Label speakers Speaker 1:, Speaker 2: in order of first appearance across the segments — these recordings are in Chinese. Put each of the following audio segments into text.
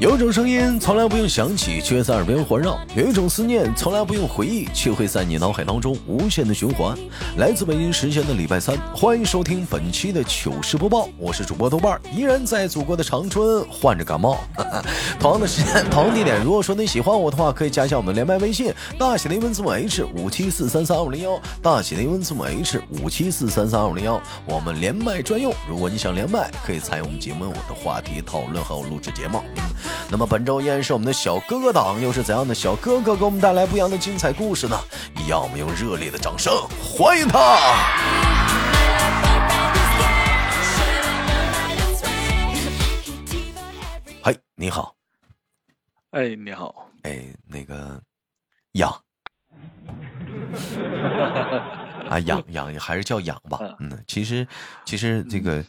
Speaker 1: 有一种声音从来不用想起，却在耳边环绕；有一种思念从来不用回忆，却会在你脑海当中无限的循环。来自北京时间的礼拜三，欢迎收听本期的糗事播报，我是主播豆瓣儿，依然在祖国的长春 患着感冒。同样的时间，同样地点，如果说你喜欢我的话，可以加一下我们连麦微信，大写的英文字母 H 五七四三三二五零幺，大写的英文字母 H 五七四三三二五零幺，我们连麦专用。如果你想连麦，可以参与我们节目我的话题讨论和我录制节目。嗯那么本周依然是我们的小哥哥党，又是怎样的小哥哥给我们带来不一样的精彩故事呢？让我们用热烈的掌声欢迎他！嗨，你好，
Speaker 2: 哎，你好，
Speaker 1: 哎，那个痒，啊痒痒还是叫痒吧？嗯，其实其实这个。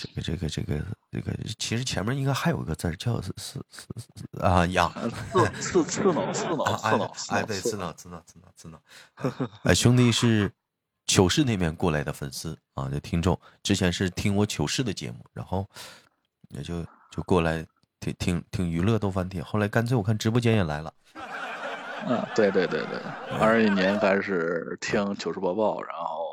Speaker 1: 这个这个这个这个，其实前面应该还有一个字儿叫是是是是啊痒
Speaker 2: 呃刺刺刺挠刺挠
Speaker 1: 啊
Speaker 2: 哦刺
Speaker 1: 哎哎
Speaker 2: 挠
Speaker 1: 对，
Speaker 2: 刺
Speaker 1: 知
Speaker 2: 挠，
Speaker 1: 道知道知道知道。 哎，兄弟是糗事那边过来的粉丝啊，就听众，之前是听我糗事的节目，然后也就就过来听听听娱乐逗翻天，后来干脆我看直播间也来了，
Speaker 2: 嗯，对对对对，
Speaker 1: 嗯
Speaker 2: 二一年开始听糗事播报，然后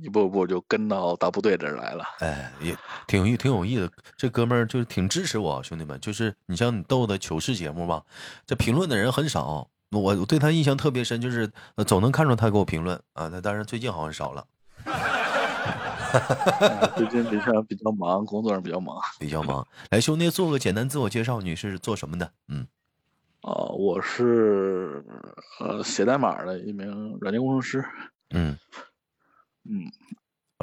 Speaker 2: 一步步就跟到大部队这儿来了。
Speaker 1: 哎，也挺有意挺有意思。这哥们儿就是挺支持我啊，兄弟们，就是你像你逗的糗事节目吧，这评论的人很少。我我对他印象特别深，就是、呃总能看出他给我评论啊。那当然最近好像少了，
Speaker 2: 嗯最近比较比较忙，工作上比较忙。
Speaker 1: 比较忙。来，兄弟做个简单自我介绍，你是做什么的？嗯，
Speaker 2: 啊，我是呃写代码的一名软件工程师，
Speaker 1: 嗯，
Speaker 2: 嗯，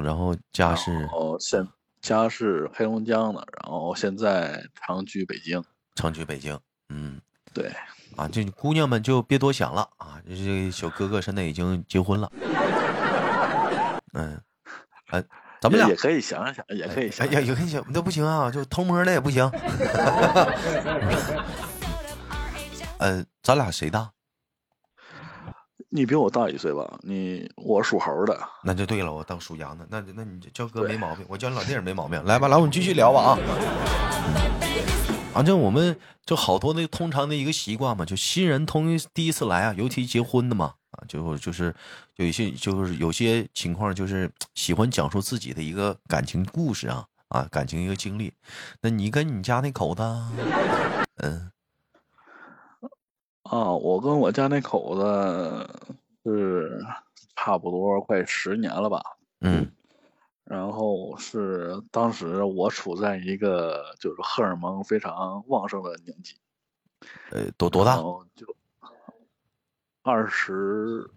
Speaker 1: 然后家
Speaker 2: 然
Speaker 1: 啊是
Speaker 2: 后现家是黑龙江的，然后现在长居北京。
Speaker 1: 长居北京，嗯，
Speaker 2: 对，
Speaker 1: 啊，这姑娘们就别多想了啊，这这小哥哥现在已经结婚了， 嗯，哎，咱们
Speaker 2: 也
Speaker 1: 俩
Speaker 2: 也可以想想，也可以想
Speaker 1: 哎呀，有跟想那不行啊，就偷摸的也不行。呃，咱俩谁大？
Speaker 2: 你比我大一岁吧？你我属猴的，
Speaker 1: 那就对了，我当属羊的，那那你叫哥
Speaker 2: 对
Speaker 1: 没毛病，我叫你老弟也没毛病。来吧，老五，你继续聊吧啊。反正我们就好多的通常的一个习惯嘛，就新人通一第一次来啊，尤其结婚的嘛啊，就就是有一些就是有些情况就是喜欢讲述自己的一个感情故事啊啊感情一个经历。那你跟你家那口子啊，嗯
Speaker 2: 啊，我跟我家那口子是差不多快十年了吧。
Speaker 1: 嗯
Speaker 2: 然后是当时我处在一个就是荷尔蒙非常旺盛的年纪，
Speaker 1: 呃多多大
Speaker 2: 然？后就二十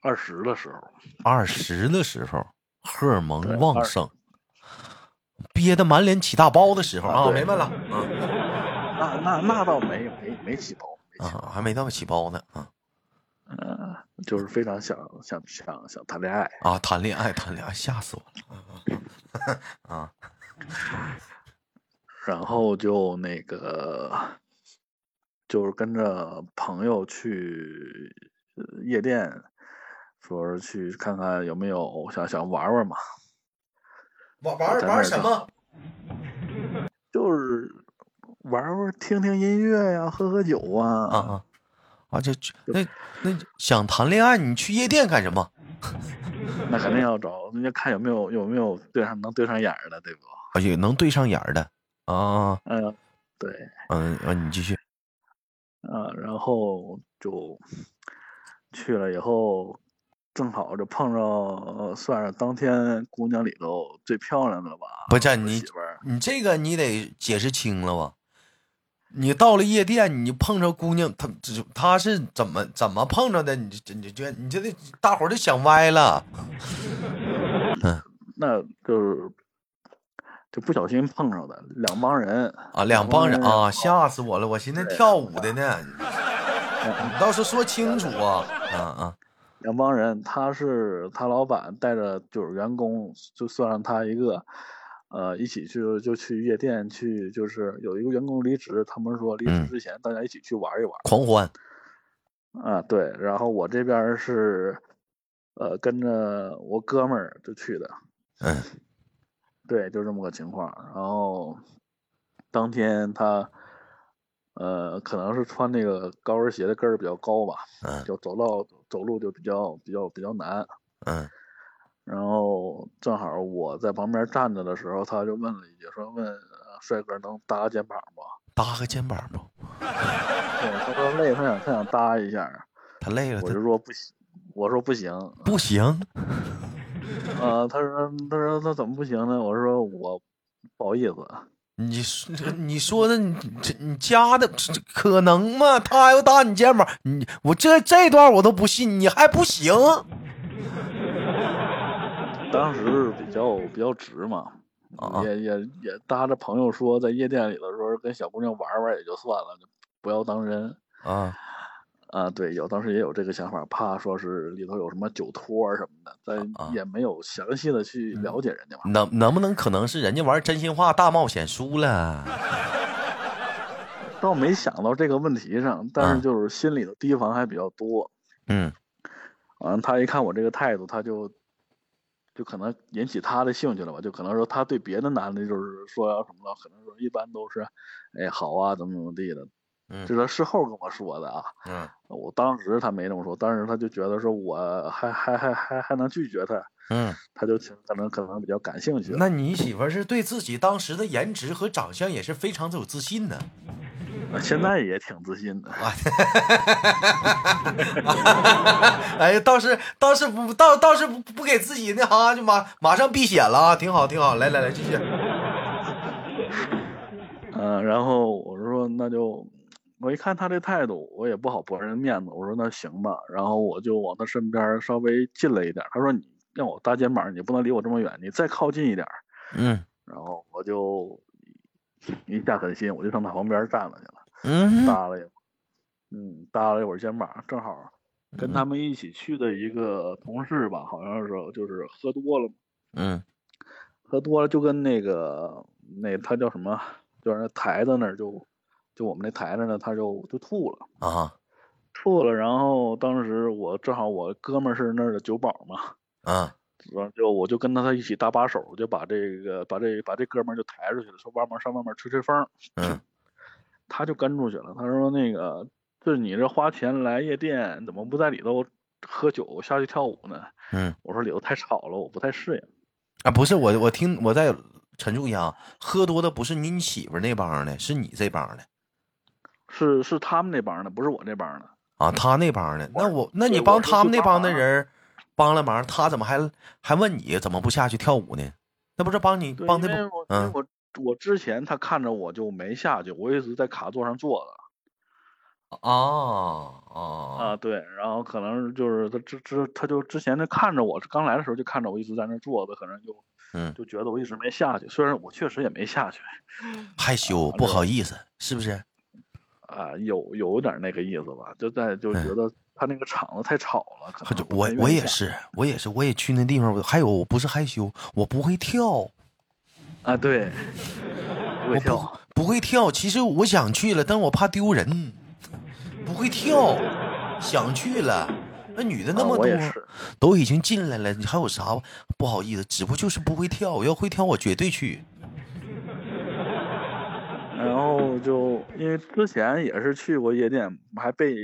Speaker 2: 二十的时候，
Speaker 1: 二十的时候，荷尔蒙
Speaker 2: 对
Speaker 1: 旺
Speaker 2: 二
Speaker 1: 盛，憋得满脸起大包的时候
Speaker 2: 啊
Speaker 1: 啊，
Speaker 2: 对
Speaker 1: 明白了
Speaker 2: 那那那倒没没没起包，没起
Speaker 1: 啊，
Speaker 2: 包，
Speaker 1: 还没到起包呢啊
Speaker 2: 嗯，就是非常想想想想谈恋爱，
Speaker 1: 啊，谈恋爱谈恋爱，吓死我了啊啊啊！
Speaker 2: 然后就那个，就是跟着朋友去呃夜店，说是去看看有没有想想玩玩嘛，
Speaker 1: 玩
Speaker 2: 咱这儿呢？就是玩玩听听音乐呀、喝喝酒
Speaker 1: 啊
Speaker 2: 啊。
Speaker 1: 啊啊！这这那那想谈恋爱，你去夜店干什么？
Speaker 2: 那肯定要找，人家看有没有有没有对上能对上眼儿的，对不？
Speaker 1: 哎呀，能对上眼儿的啊！
Speaker 2: 嗯，对，
Speaker 1: 嗯啊，你继续
Speaker 2: 啊，然后就去了以后，正好就碰着，呃算是当天姑娘里头最漂亮的吧。
Speaker 1: 不是
Speaker 2: 我
Speaker 1: 你
Speaker 2: 媳妇儿，
Speaker 1: 你这个你得解释清了吧？你到了夜店，你碰着姑娘，她这就她是怎么怎么碰着的？你这你这你这得大伙儿都想歪了。
Speaker 2: 那就是就不小心碰上的两帮人
Speaker 1: 啊，两帮人啊，吓死我了！我寻思
Speaker 2: 嗯对
Speaker 1: 跳舞的呢，你倒是说清楚啊！啊啊，
Speaker 2: 两帮人，他是他老板带着就是员工，就算上他一个，呃，一起去就去夜店去，就是有一个员工离职，他们说离
Speaker 1: 嗯
Speaker 2: 职之前大家一起去玩一玩。
Speaker 1: 狂欢
Speaker 2: 啊，对，然后我这边儿是，呃，跟着我哥们儿就去的，
Speaker 1: 嗯，
Speaker 2: 对，就这么个情况。然后当天他呃，可能是穿那个高跟鞋的跟儿比较高吧，
Speaker 1: 嗯
Speaker 2: 就走到走路就比较比较比较难。
Speaker 1: 嗯
Speaker 2: 然后正好我在旁边站着的时候，他就问了一句，说问呃帅哥能搭肩膀吗？
Speaker 1: 搭个肩膀吧，
Speaker 2: 对，他说累，他想他想搭一下，
Speaker 1: 他累了，
Speaker 2: 我
Speaker 1: 他
Speaker 2: 就说不行，我说不行，
Speaker 1: 不行，
Speaker 2: 呃，他说他说那怎么不行呢？我说我不好意思，
Speaker 1: 你说你说的你这你家的这可能吗？他要搭你肩膀，你我这这段我都不信，你还不行？
Speaker 2: 当时比较比较直嘛，
Speaker 1: 啊
Speaker 2: 也也也搭着朋友说，在夜店里的时候跟小姑娘玩玩也就算了，就不要当真
Speaker 1: 啊
Speaker 2: 啊。对，有当时也有这个想法，怕说是里头有什么酒托儿什么的，
Speaker 1: 啊嗯
Speaker 2: 但也没有详细的去了解人家嘛。
Speaker 1: 能能不能可能是人家玩真心话大冒险输了？
Speaker 2: 倒没想到这个问题上，但
Speaker 1: 啊
Speaker 2: 是就是心里的提防还比较多。
Speaker 1: 嗯
Speaker 2: 完、他一看我这个态度，他就。就可能引起他的兴趣了吧？就可能说他对别的男的，就是说什么了，可能说一般都是，哎好啊，怎么怎么地的，
Speaker 1: 嗯
Speaker 2: 这是他事后跟我说的啊。
Speaker 1: 嗯
Speaker 2: 我当时他没这么说，当时他就觉得说我还还还还还能拒绝他，
Speaker 1: 嗯，
Speaker 2: 他就可能可能比较感兴趣。
Speaker 1: 那你媳妇儿是对自己当时的颜值和长相也是非常的有自信的。
Speaker 2: 现在也挺自信的，
Speaker 1: 哎，倒是倒是不倒倒是不不给自己那哈就马马上避险了啊，挺好挺好，来来来继续，
Speaker 2: 嗯、然后我说那就，我一看他这态度，我也不好驳人面子，我说那行吧，然后我就往他身边稍微近了一点儿，他说你让我搭肩膀，你不能离我这么远，你再靠近一点儿，
Speaker 1: 嗯
Speaker 2: 然后我就一下狠心，我就上他旁边站了去了。
Speaker 1: 嗯
Speaker 2: 搭了一会儿，嗯，搭了一会儿肩膀，正好跟他们一起去的一个同事吧，好像是就是喝多了，
Speaker 1: 嗯
Speaker 2: 喝多了就跟那个那他叫什么，就是那台子那儿就就我们那台子呢，他就就吐了，
Speaker 1: 啊
Speaker 2: 吐了，然后当时我正好我哥们儿是那儿的酒保嘛。
Speaker 1: 啊
Speaker 2: 然后就我就跟他一起搭把手，就把这个把这把这哥们儿就抬出去了，说外面上外面吹吹风。
Speaker 1: 嗯
Speaker 2: 他就跟出去了。他说：“那个，这你这花钱来夜店，怎么不在里头喝酒下去跳舞呢
Speaker 1: 嗯？”
Speaker 2: 我说：“里头太吵了，我不太适应。
Speaker 1: 啊，不是我我听我在陈述一下啊，喝多的不是你媳妇儿那帮的，是你这帮的
Speaker 2: 是是他们那帮的，不是我这帮的。
Speaker 1: 啊，他那帮的，那我那你
Speaker 2: 对
Speaker 1: 帮
Speaker 2: 我是
Speaker 1: 他们
Speaker 2: 去
Speaker 1: 那
Speaker 2: 帮
Speaker 1: 帮的
Speaker 2: 忙啊
Speaker 1: 人儿帮了忙，他怎么还还问你怎么不下去跳舞呢？那不是帮你
Speaker 2: 对，
Speaker 1: 帮
Speaker 2: 因
Speaker 1: 他
Speaker 2: 为
Speaker 1: 不
Speaker 2: 我、因为
Speaker 1: 嗯
Speaker 2: 我我之前他看着我就没下去，我一直在卡座上坐着。
Speaker 1: 啊啊哦
Speaker 2: 啊，对，然后可能就是他之之他就之前他看着我，刚来的时候就看着我一直在那坐着，可能就
Speaker 1: 嗯
Speaker 2: 就觉得我一直没下去。虽然我确实也没下去
Speaker 1: 害羞不好意思是不是？
Speaker 2: 啊，有有点那个意思吧，就在就
Speaker 1: 嗯
Speaker 2: 觉得他那个场子太吵了，可
Speaker 1: 可就
Speaker 2: 能
Speaker 1: 我
Speaker 2: 太愿
Speaker 1: 我
Speaker 2: 意
Speaker 1: 也
Speaker 2: 下
Speaker 1: 是，我也是，我也去那地方。我还有，我不是害羞，我不会跳，
Speaker 2: 啊，对， 不
Speaker 1: 我
Speaker 2: 会
Speaker 1: 不
Speaker 2: 跳，
Speaker 1: 不会跳。其实我想去了，但我怕丢人，不会跳，想去了。那女的那
Speaker 2: 啊
Speaker 1: 么
Speaker 2: 我
Speaker 1: 多，
Speaker 2: 也是
Speaker 1: 都已经进来了，你还有啥不好意思？只不过就是不会跳，我要会跳，我绝对去。
Speaker 2: 然后就因为之前也是去过夜店，还被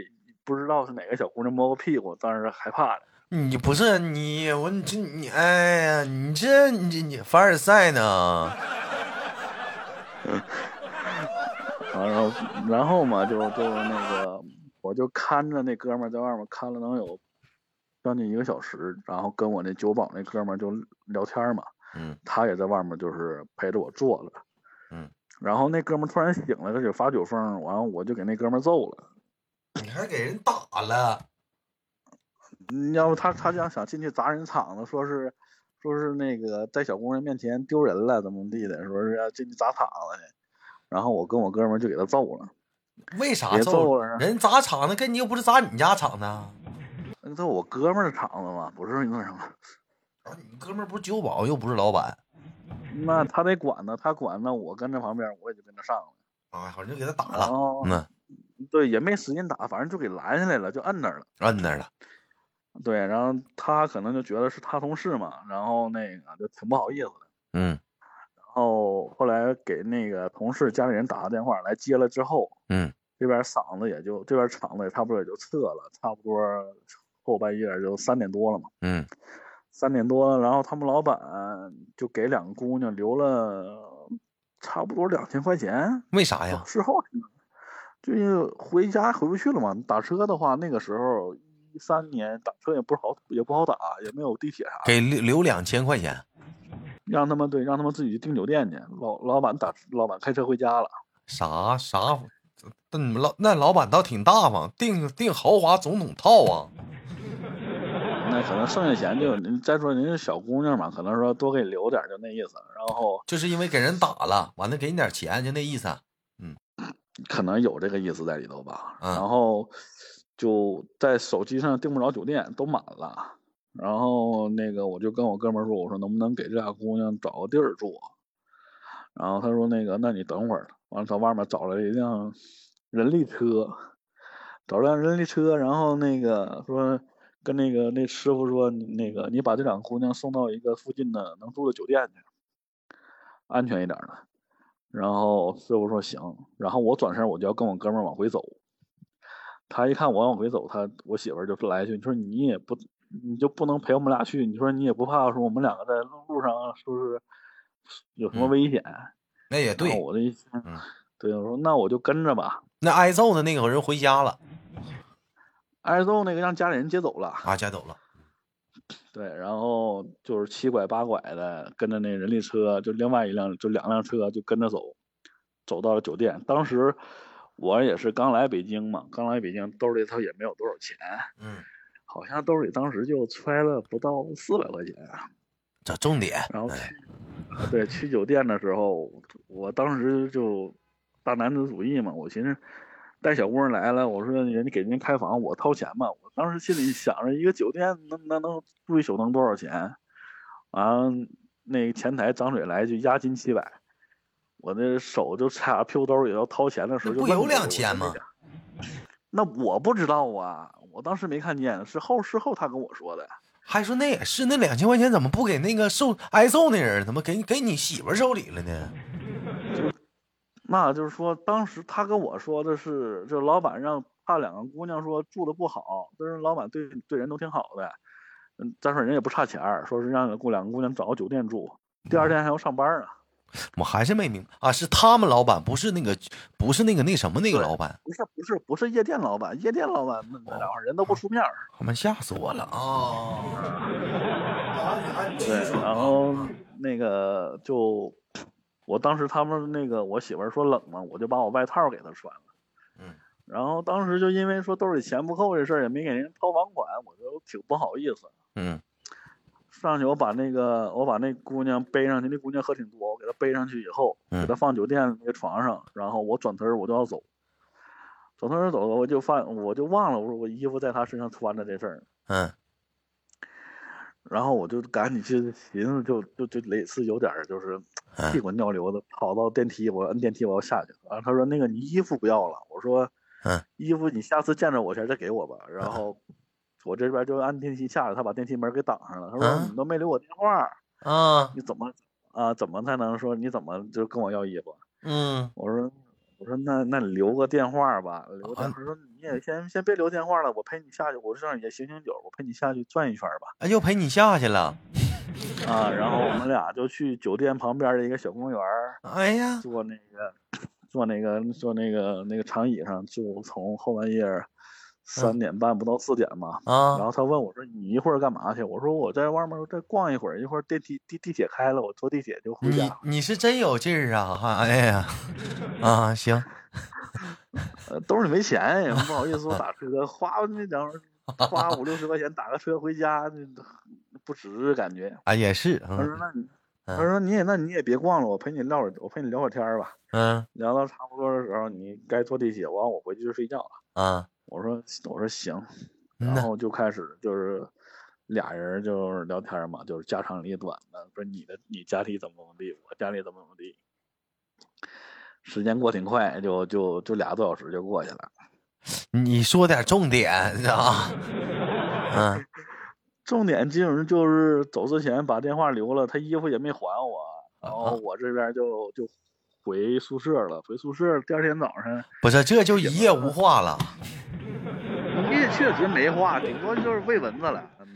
Speaker 2: 不知道是哪个小姑娘摸过屁股，当时害怕的。
Speaker 1: 你不是你，我你这你，哎呀，你这你你凡尔赛呢？
Speaker 2: 啊然后然后嘛，就就那个，我就看着那哥们儿在外面看了能有将近一个小时，然后跟我那酒保那哥们儿就聊天儿嘛，
Speaker 1: 嗯
Speaker 2: 他也在外面就是陪着我坐着，
Speaker 1: 嗯，
Speaker 2: 然后那哥们儿突然醒了，他就发酒疯儿，完了我就给那哥们儿揍了。
Speaker 1: 你还给人打了。
Speaker 2: 嗯要不他他这样想进去砸人场子，说是说是那个在小姑娘面前丢人了，怎么地的，说是要进去砸场子去。然后我跟我哥们儿就给他揍了，
Speaker 1: 为啥
Speaker 2: 别
Speaker 1: 揍
Speaker 2: 揍了
Speaker 1: 人砸场子，跟你又不是砸你家场子啊。
Speaker 2: 那揍我哥们儿的场子嘛，不是那什么。
Speaker 1: 啊你哥们儿不是酒保，又不是老板，
Speaker 2: 那他得管呢，他管呢，我跟着旁边，我也就跟着上了。
Speaker 1: 啊，反正就给他打
Speaker 2: 然
Speaker 1: 了，
Speaker 2: 后
Speaker 1: 嗯，
Speaker 2: 对，也没使劲打，反正就给拦下来了，就摁那儿了。
Speaker 1: 摁那儿了，
Speaker 2: 对，然后他可能就觉得是他同事嘛，然后那个就挺不好意思的。
Speaker 1: 嗯
Speaker 2: 然后后来给那个同事家里人打个电话来接了之后，
Speaker 1: 嗯，
Speaker 2: 这边嗓子也就这边嗓子也差不多也就撤了，差不多后半夜就三点多了嘛，
Speaker 1: 嗯
Speaker 2: 三点多了，然后他们老板就给两个姑娘留了差不多两千块钱，
Speaker 1: 为啥哎呀？
Speaker 2: 事后才能就是回家回不去了嘛。打车的话，那个时候一三年打车也不是好也不好打，也没有地铁啥的，
Speaker 1: 给留留两千块钱，
Speaker 2: 让他们对让他们自己订酒店去。老老板打老板开车回家了，
Speaker 1: 啥啥？那你们老那老板倒挺大方，订订豪华总统套啊！
Speaker 2: 那可能剩下钱就再说人家小姑娘嘛，可能说多给留点儿就那意思，然后
Speaker 1: 就是因为给人打了，完了给你点钱，就那意思。
Speaker 2: 可能有这个意思在里头吧。
Speaker 1: 嗯
Speaker 2: 然后就在手机上订不着酒店，都满了。然后那个我就跟我哥们儿说，我说能不能给这俩姑娘找个地儿住？然后他说那个，那你等会儿。完了，从外面找了一辆人力车，找辆人力车，然后那个说跟那个那师傅说，你那个你把这两个姑娘送到一个附近的能住的酒店去，安全一点儿的。然后师傅说行，然后我转身我就要跟我哥们儿往回走，他一看我往回走，他我媳妇儿就来一句，你说你也不，你就不能陪我们俩去？你说你也不怕说我们两个在路路上啊是不是有什么
Speaker 1: 嗯
Speaker 2: 危险？
Speaker 1: 那也对
Speaker 2: 然后，我这一听
Speaker 1: 嗯，
Speaker 2: 对，我说那我就跟着吧。
Speaker 1: 那挨揍的那个人回家了，
Speaker 2: 挨揍那个让家里人接走了，
Speaker 1: 啊，家走了。
Speaker 2: 对，然后就是七拐八拐的跟着那人力车，就另外一辆就两辆车就跟着走，走到了酒店。当时我也是刚来北京嘛，刚来北京兜里头也没有多少钱，
Speaker 1: 嗯，
Speaker 2: 好像兜里当时就揣了不到四百块钱。
Speaker 1: 这重点。
Speaker 2: 然后去
Speaker 1: 哎，
Speaker 2: 对，去酒店的时候，我当时就大男子主义嘛，我寻思带小姑娘来了，我说人家给人家开房，我掏钱吧。我当时心里想着，一个酒店能能能住一宿能多少钱？完、了，那个前台张嘴来一句押金七百，我那手就差屁股兜里头掏钱的时候
Speaker 1: 那
Speaker 2: 就
Speaker 1: 不
Speaker 2: 问
Speaker 1: 有
Speaker 2: 我
Speaker 1: 两
Speaker 2: 我说
Speaker 1: 千
Speaker 2: 那
Speaker 1: 吗
Speaker 2: 个那我不知道啊，我当时没看见，是后事后他跟我说的。
Speaker 1: 还说那也是，那两千块钱怎么不给那个受挨揍那人，怎么给给你媳妇儿手里了呢？
Speaker 2: 那就是说，当时他跟我说的是，这老板让怕两个姑娘说住的不好，但是老板对对人都挺好的，嗯，再说人也不差钱儿，说是让姑两个姑娘找个酒店住，第二天还要上班儿呢，
Speaker 1: 我还是没明白啊，是他们老板，不是那个，不是那个那什么那个
Speaker 2: 对
Speaker 1: 老板，
Speaker 2: 不是不是不是夜店老板，夜店老板那那两号人都不出面儿，
Speaker 1: 他妈吓死我了
Speaker 2: 哦
Speaker 1: 啊！
Speaker 2: 对，然后那个就，我当时他们那个我媳妇儿说冷嘛，我就把我外套给她穿了。
Speaker 1: 嗯。
Speaker 2: 然后当时就因为说兜里钱不够这事儿，也没给人掏房款，我就挺不好意思。
Speaker 1: 嗯，
Speaker 2: 上去我把那个我把那姑娘背上去，那姑娘喝挺多，我给她背上去以后，
Speaker 1: 嗯
Speaker 2: 给她放酒店那个床上，然后我转头儿我就要走，转头儿走我就发我就忘了我说我衣服在她身上穿着这事儿，
Speaker 1: 嗯，
Speaker 2: 然后我就赶紧去寻思就就就类似有点儿就是
Speaker 1: 嗯
Speaker 2: 屁滚尿流的跑到电梯，我摁电梯我要下去，然后她说那个你衣服不要了，我说
Speaker 1: 嗯
Speaker 2: 衣服你下次见着我前再给我吧，然后我这边就按电梯下来，她把电梯门给挡上了，她说
Speaker 1: 嗯
Speaker 2: 你都没留我电话。
Speaker 1: 啊，
Speaker 2: 你怎么啊？怎么才能说你怎么就跟我要衣服？啊
Speaker 1: 嗯，
Speaker 2: 我说我说那那你留个电话吧，留个电
Speaker 1: 啊
Speaker 2: 话。他说你也先先别留电话了，我陪你下去，我这样也醒醒酒，我陪你下去转一圈吧。
Speaker 1: 哎，又陪你下去了。
Speaker 2: 啊，然后我们俩就去酒店旁边的一个小公园儿，
Speaker 1: 哎呀，
Speaker 2: 坐那个坐那个坐那个那个长椅上，就从后半夜三点半不到四点嘛。然
Speaker 1: 啊，
Speaker 2: 后他问我说：“你一会儿干嘛去？”我说：“我在外面再逛一会儿，一会儿电梯地地铁开了，我坐地铁就回家
Speaker 1: 你
Speaker 2: 了。”
Speaker 1: 你是真有劲儿啊！哈，哎呀，啊，行，
Speaker 2: 呃，兜里没 钱，也不好意思，我打车花那点儿花五六十块钱打个车回家，那不值感觉。
Speaker 1: 啊，也是，
Speaker 2: 他说
Speaker 1: 嗯
Speaker 2: 那你，他
Speaker 1: 嗯
Speaker 2: 说你也那你也别逛了，我陪你聊会儿，我陪你聊会儿天儿吧。
Speaker 1: 嗯
Speaker 2: 聊到差不多的时候，你该坐地铁，完我回去就睡觉了。
Speaker 1: 啊，
Speaker 2: 我说我说行，
Speaker 1: 嗯
Speaker 2: 然
Speaker 1: 呐，
Speaker 2: 后就开始就是俩人就是聊天儿嘛，就是家长里短的，说你的你家里怎么怎么地，我家里怎么怎么地。时间过挺快，就就就俩多小时就过去了。
Speaker 1: 你说点重点是吧？嗯
Speaker 2: 重点基本上就是走之前把电话留了，他衣服也没还我，然后我这边就就回宿舍了。回宿舍第二天早上，
Speaker 1: 不是，这就一夜无话了。
Speaker 2: 你也确实没话，顶多就是喂蚊子了。嗯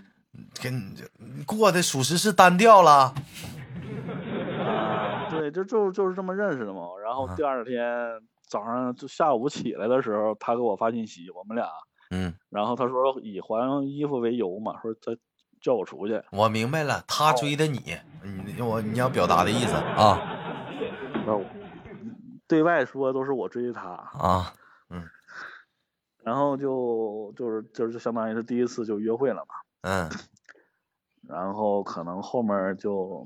Speaker 1: 跟过得属实是单调了。
Speaker 2: 啊，对，就就就是这么认识的嘛。然后
Speaker 1: 啊
Speaker 2: 第二天早上就下午起来的时候，他给我发信息，我们俩，
Speaker 1: 嗯，
Speaker 2: 然后他说以还衣服为由嘛，说他叫我出去。
Speaker 1: 我明白了，他追的你，你我你要表达的意思啊
Speaker 2: 然后对外说都是我追他，
Speaker 1: 啊，
Speaker 2: 然后就就是就是相当于是第一次就约会了嘛。
Speaker 1: 嗯
Speaker 2: 然后可能后面儿就，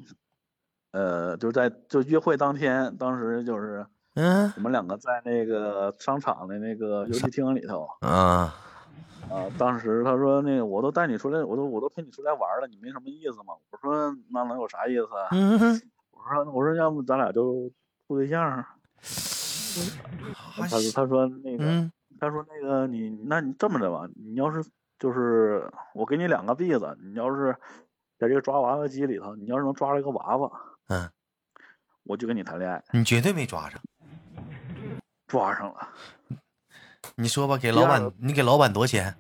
Speaker 2: 呃，就在就约会当天，当时就是
Speaker 1: 嗯
Speaker 2: 我们两个在那个商场的那个游戏厅里头
Speaker 1: 啊
Speaker 2: 啊。当时他说那个我都带你出来，我都我都陪你出来玩儿了，你没什么意思嘛？我说那能有啥意思啊？
Speaker 1: 嗯，
Speaker 2: 我说我说要不咱俩就处对象儿。他
Speaker 1: 还
Speaker 2: 说
Speaker 1: 是
Speaker 2: 他说那个
Speaker 1: 嗯
Speaker 2: 他说那个你那你这么着吧，你要是就是我给你两个币子，你要是在这个抓娃娃机里头，你要是能抓着一个娃娃。
Speaker 1: 嗯，
Speaker 2: 我就跟你谈恋爱，
Speaker 1: 你绝对没抓着。
Speaker 2: 抓上了，
Speaker 1: 你说吧，给
Speaker 2: 第
Speaker 1: 老
Speaker 2: 二
Speaker 1: 板
Speaker 2: 个，
Speaker 1: 你给老板多少钱？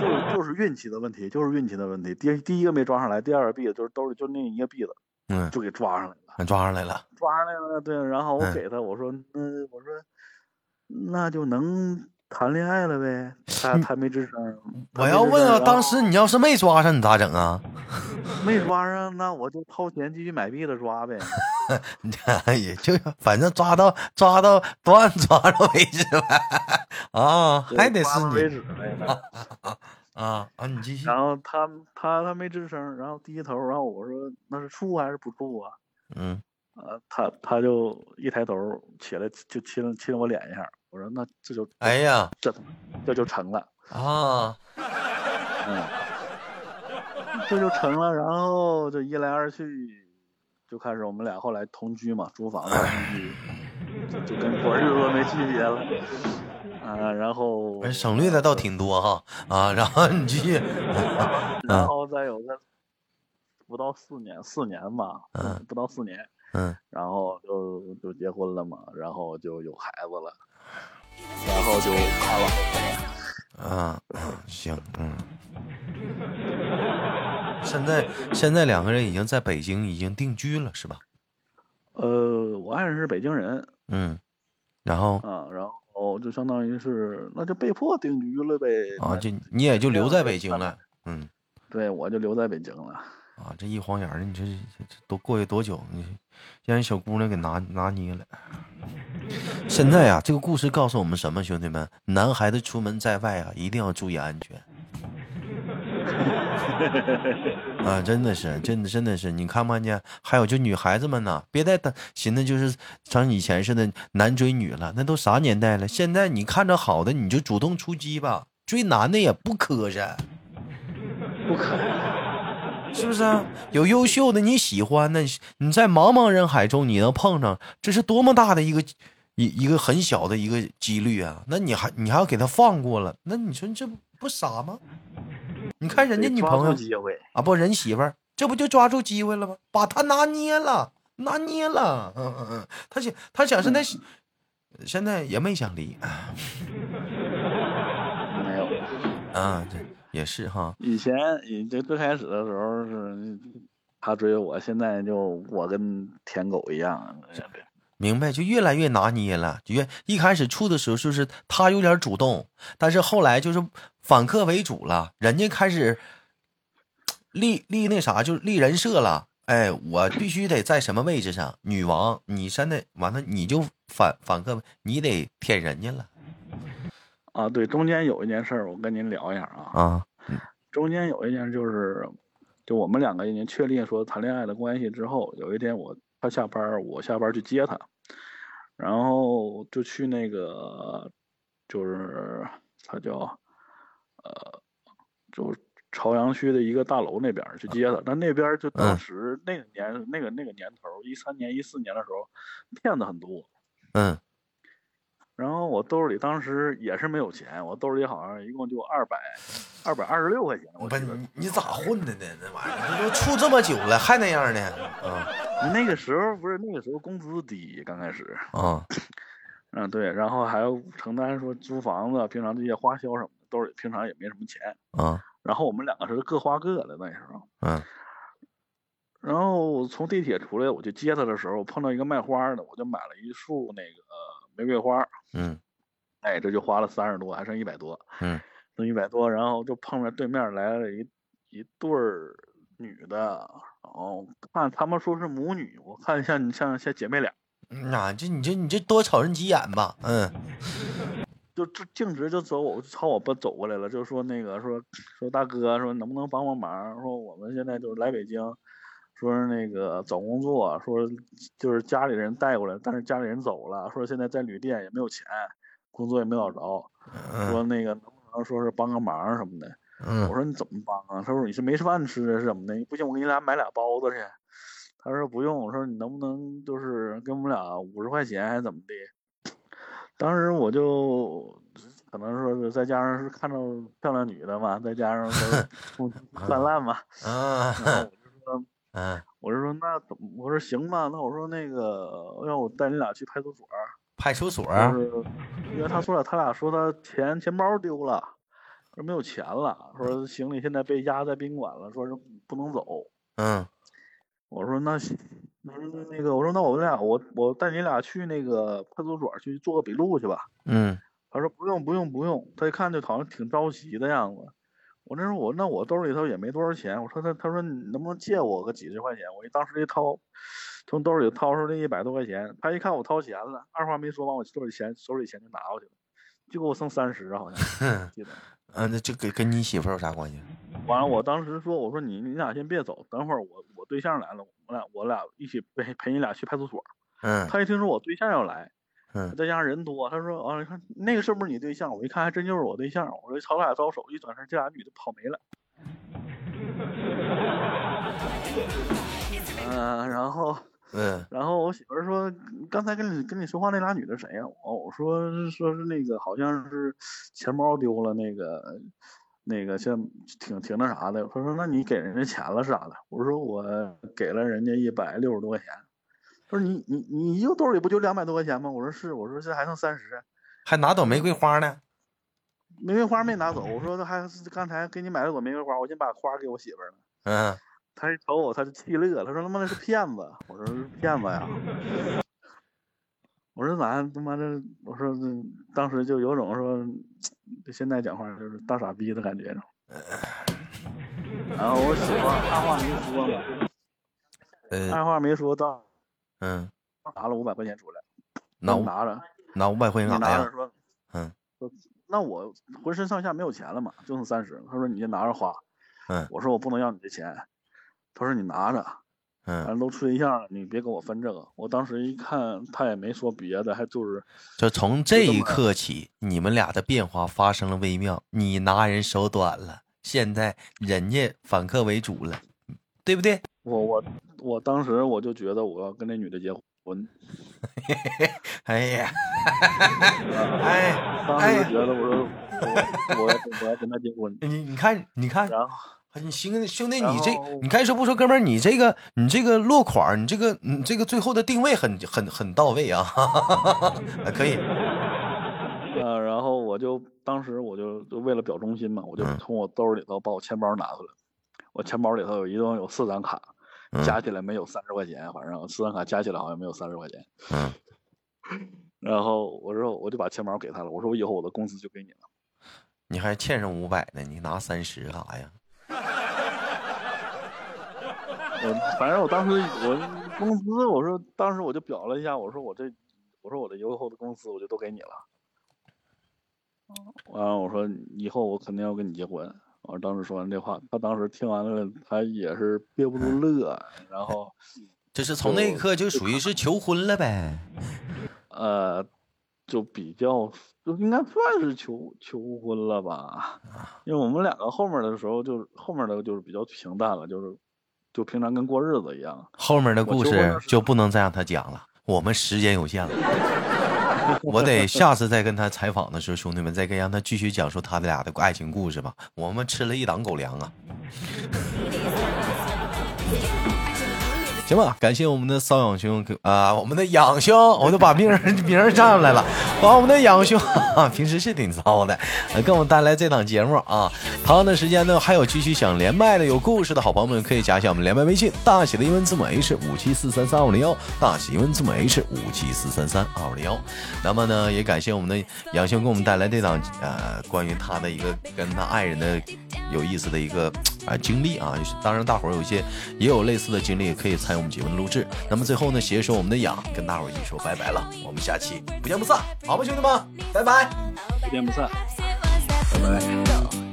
Speaker 2: 就是就是运气的问题，就是运气的问题。第第一个没抓上来，第二个币子就是兜里就那一个币子
Speaker 1: 嗯，
Speaker 2: 就给抓上来了，
Speaker 1: 抓上来了。
Speaker 2: 抓上来了。对，然后我
Speaker 1: 嗯
Speaker 2: 给他，我说，嗯，我说那就能谈恋爱了呗。 他他没吱声。他
Speaker 1: 我
Speaker 2: 没
Speaker 1: 要
Speaker 2: 吱
Speaker 1: 问
Speaker 2: 声
Speaker 1: 啊，
Speaker 2: 然
Speaker 1: 当
Speaker 2: 后
Speaker 1: 时你要是没抓上，你咋整啊？
Speaker 2: 没抓上，那我就掏钱继续买币子抓呗。
Speaker 1: 也就反正抓到抓到多按抓着为止呗。 啊，还得
Speaker 2: 抓
Speaker 1: 是
Speaker 2: 到为
Speaker 1: 你
Speaker 2: 止呗。那
Speaker 1: 啊啊！你继续。
Speaker 2: 然后他他他没吱声，然后低头，然后我说那是处还是不处啊？
Speaker 1: 嗯
Speaker 2: 呃，他他就一抬头起来就亲了亲了我脸一下，我说那这就，
Speaker 1: 哎呀
Speaker 2: 这这就成了，
Speaker 1: 啊，
Speaker 2: 嗯，这就成了，然后就一来二去，就开始我们俩后来同居嘛，租房子同居，就就跟过日子都没区别了，啊，然后
Speaker 1: 我哎省略的倒挺多哈啊。然后你继续，嗯
Speaker 2: 然后再有个不到四年，四年吧，
Speaker 1: 嗯
Speaker 2: 不到四年，
Speaker 1: 嗯，
Speaker 2: 然后就就结婚了嘛，然后就有孩子了，然后就发了。
Speaker 1: 啊，行，嗯。现在现在两个人已经在北京已经定居了，是吧？
Speaker 2: 呃，我爱人是北京人
Speaker 1: 嗯。然后
Speaker 2: 啊，然后就相当于是那就被迫定居了呗。
Speaker 1: 啊，
Speaker 2: 那
Speaker 1: 就你也就留在北京了，嗯。
Speaker 2: 对我就留在北京了。
Speaker 1: 啊，这一晃眼儿，你这这这都过去多久？你让人小姑娘给拿拿捏了。现在啊，这个故事告诉我们什么，兄弟们？男孩子出门在外啊，一定要注意安全。啊，真的是，真的真的是，你看不看见？还有就女孩子们呐，别再等，寻思就是像以前似的男追女了，那都啥年代了？现在你看着好的，你就主动出击吧，追男的也不磕碜。
Speaker 2: 不可能，
Speaker 1: 是不是啊？有优秀的你喜欢的，你你在茫茫人海中你能碰上，这是多么大的一个一一个很小的一个几率啊！那你还你还要给他放过了，那你说你这不不傻吗？你看人家
Speaker 2: 得
Speaker 1: 女
Speaker 2: 抓
Speaker 1: 朋
Speaker 2: 住
Speaker 1: 友
Speaker 2: 机会，
Speaker 1: 啊，不人媳妇儿，这不就抓住机会了吗？把他拿捏了，拿捏了，嗯嗯嗯，他想他想是那、现在也没想离
Speaker 2: 没有。
Speaker 1: 啊，这也是哈，
Speaker 2: 以前以就最开始的时候是他追我，现在就我跟舔狗一样。
Speaker 1: 明白，就越来越拿捏了。就越一开始处的时候，就是他有点主动，但是后来就是反客为主了，人家开始立立那啥，就是立人设了。哎，我必须得在什么位置上，女王，你现在完了，你就反反客，你得舔人家了
Speaker 2: 啊，对，中间有一件事儿，我跟您聊一下啊。
Speaker 1: 啊！
Speaker 2: 中间有一件事就是，就我们两个已经确立说谈恋爱的关系之后，有一天我他下班儿，我下班儿去接他，然后就去那个，就是他叫，呃，就朝阳区的一个大楼那边儿去接他。但那边儿就当
Speaker 1: 嗯
Speaker 2: 时那个年那个那个年头儿，一三年一四年的时候，骗子很多。
Speaker 1: 嗯
Speaker 2: 然后我兜里当时也是没有钱，我兜里好像一共就二百，二百二十六块钱。我
Speaker 1: 不
Speaker 2: 记
Speaker 1: 是
Speaker 2: 得
Speaker 1: 你你咋混的呢？那玩意儿，你都处这么久了还那样呢？啊，
Speaker 2: 那个时候不是那个时候工资低，刚开始，
Speaker 1: 啊，
Speaker 2: 嗯对，然后还要承担说租房子，平常这些花销什么的，兜里平常也没什么钱。
Speaker 1: 啊，
Speaker 2: 然后我们两个是各花各的那时候。
Speaker 1: 嗯，
Speaker 2: 然后我从地铁出来，我去接他的时候，碰到一个卖花的，我就买了一束那个呃玫瑰花，
Speaker 1: 嗯，
Speaker 2: 哎，这就花了三十多，还剩一百多，
Speaker 1: 嗯，
Speaker 2: 剩一百多，然后就碰着对面来了一一对儿女的，然后看他们说是母女，我看像像像姐妹俩，
Speaker 1: 那、嗯啊这你这你这多瞅人急眼吧，嗯，
Speaker 2: 就就径直就走我朝我奔走过来了，就说那个说说大哥说能不能帮帮忙？说我们现在就是来北京，说是那个找工作，说就是家里人带过来，但是家里人走了，说现在在旅店也没有钱，工作也没找着，
Speaker 1: 嗯
Speaker 2: 说那个能不能说是帮个忙什么的？我
Speaker 1: 嗯，
Speaker 2: 说你怎么帮啊？他说你是没饭吃啊是怎么的？不行，我给你俩买俩包子去。他说不用，我说你能不能就是给我们俩五十块钱还是怎么的？当时我就可能说是再加上是看到漂亮女的嘛，再加 上说风吹泛滥嘛，然
Speaker 1: 啊，
Speaker 2: 后我就说
Speaker 1: 嗯，
Speaker 2: 我就说那怎么？我说行吧，那我说那个让我带你俩去派出所，
Speaker 1: 派出所，
Speaker 2: 就是因为他说了，他俩说他钱钱包丢了，说没有钱了，说行李现在被压在宾馆了，说是不能走。
Speaker 1: 嗯，
Speaker 2: 我说那行，那那个我说那我们俩我我带你俩去那个派出所去做个笔录去吧。
Speaker 1: 嗯，
Speaker 2: 他说不用不用不用，他一看就好像挺着急的样子。我那时候我那我兜里头也没多少钱，我说他他说你能不能借我个几十块钱？我一当时一掏，从兜里掏出来一百多块钱，他一看我掏钱了，二话没说往我兜里钱手里钱就拿过去了，就给我剩三十啊好像
Speaker 1: 哼，
Speaker 2: 记得。
Speaker 1: 嗯，那这跟跟你媳妇儿有啥关系？
Speaker 2: 完了，我当时说我说你你俩先别走，等会儿我我对象来了，我们俩我俩一起陪陪你俩去派出所。
Speaker 1: 嗯
Speaker 2: 他一听说我对象要来，
Speaker 1: 嗯
Speaker 2: 再加上人多，他说啊，你看那个是不是你对象？我一看还哎真就是我对象。我说朝他俩招手，一转身，这俩女的跑没了。 嗯、然后
Speaker 1: 嗯
Speaker 2: 然后我媳妇儿说，刚才跟你跟你说话那俩女的谁呀、我我说是说是那个好像是钱包丢了，那个那个现在挺挺那啥的。他说那你给人家钱了是咋的？我说我给了人家一百六十多块钱。他说你你你就兜里不就两百多块钱吗？我说是，我说这还剩三十，
Speaker 1: 还拿朵玫瑰花呢，
Speaker 2: 玫瑰花没拿走。我说那还是刚才给你买了朵玫瑰花，我先把花给我媳妇儿了。
Speaker 1: 嗯
Speaker 2: 他一瞅我，他就气乐，他说他妈的是骗子，我说是骗子呀，我说咋他妈的，我说这当时就有种说，就现在讲话就是大傻逼的 感觉，然后我媳妇儿二话没说嘛，
Speaker 1: 呃
Speaker 2: 二话没说当
Speaker 1: 嗯，
Speaker 2: 拿了五百块钱出来，
Speaker 1: 拿五
Speaker 2: 拿着，
Speaker 1: 拿五百块
Speaker 2: 嗯你
Speaker 1: 钱干啥
Speaker 2: 拿着
Speaker 1: 呀？
Speaker 2: 说，
Speaker 1: 嗯
Speaker 2: 说，那我浑身上下没有钱了嘛，就剩三十，他说你就拿着花，
Speaker 1: 嗯
Speaker 2: 我说我不能要你的钱，他说你拿着。反
Speaker 1: 嗯，
Speaker 2: 正都处对象了，你别跟我分这个。我当时一看，他也没说别的，还就是
Speaker 1: 就从这一刻起，你们俩的变化发生了微妙，你拿人手短了，现在人家反客为主了，对不对？
Speaker 2: 我我我当时我就觉得我要跟那女的结婚，
Speaker 1: 哎呀， 哎
Speaker 2: 当时就觉得我说我我要跟我要跟她结婚，
Speaker 1: 你你看你看，
Speaker 2: 然后
Speaker 1: 你兄兄弟，
Speaker 2: 然
Speaker 1: 你这
Speaker 2: 后
Speaker 1: 你该说不说，哥们儿，你这个你这个落款儿，你这个你这个最后的定位很很很到位啊， 啊可以，
Speaker 2: 呃然后我就当时我就就为了表忠心嘛，我就
Speaker 1: 嗯
Speaker 2: 从我兜里头把我钱包拿出来，我钱包里头有一共有四张卡，
Speaker 1: 嗯
Speaker 2: 加起来没有三十块钱，反正四张卡加起来好像没有三十块钱。
Speaker 1: 嗯
Speaker 2: 然后我说我就把钱包给他了，我说我以后我的工资就给你了。
Speaker 1: 你还欠上五百呢，你拿三十干啥呀？
Speaker 2: 我反正我当时我工资，我说当时我就表了一下，我说我这，我说我的以后的工资我就都给你了。完了，我说以后我肯定要跟你结婚。我当时说完这话，他当时听完了，他也是憋不住乐。然后，
Speaker 1: 就是从那一刻就属于是求婚了呗，
Speaker 2: 呃，就比较就应该算是求求婚了吧，因为我们两个后面的时候就是后面的就是比较平淡了，就是就平常跟过日子一样。
Speaker 1: 后面的
Speaker 2: 我
Speaker 1: 故
Speaker 2: 求婚
Speaker 1: 事
Speaker 2: 的时
Speaker 1: 就不能再让他讲了，我们时间有 限了。我得下次再跟他采访的时候，兄弟们再跟让他继续讲述他们俩的爱情故事吧。我们吃了一档狗粮啊！行吧，感谢我们的瘙痒兄给
Speaker 3: 啊、我们的养兄，我都把名 儿名儿站上来了，把我们的养兄，平时是挺骚的，呃给我们带来这档节目啊。
Speaker 1: 同样的时间呢，还有继续想连麦的有故事的好朋友们，可以加一下我们连麦微信，大写的英文字母 H 五七四三三五零幺，大写英文字母 H 五七四三三二五零幺。那么呢，也感谢我们的杨兄给我们带来这档呃关于他的一个跟他爱人的有意思的一个啊、呃经历啊。当然，大伙儿有一些也有类似的经历，可以参与我们节目的录制。那么最后呢，携手我们的养跟大伙儿一起说拜拜了，我们下期不见不散，好吧，兄弟们，拜拜。
Speaker 2: 不见不散。
Speaker 4: 拜拜。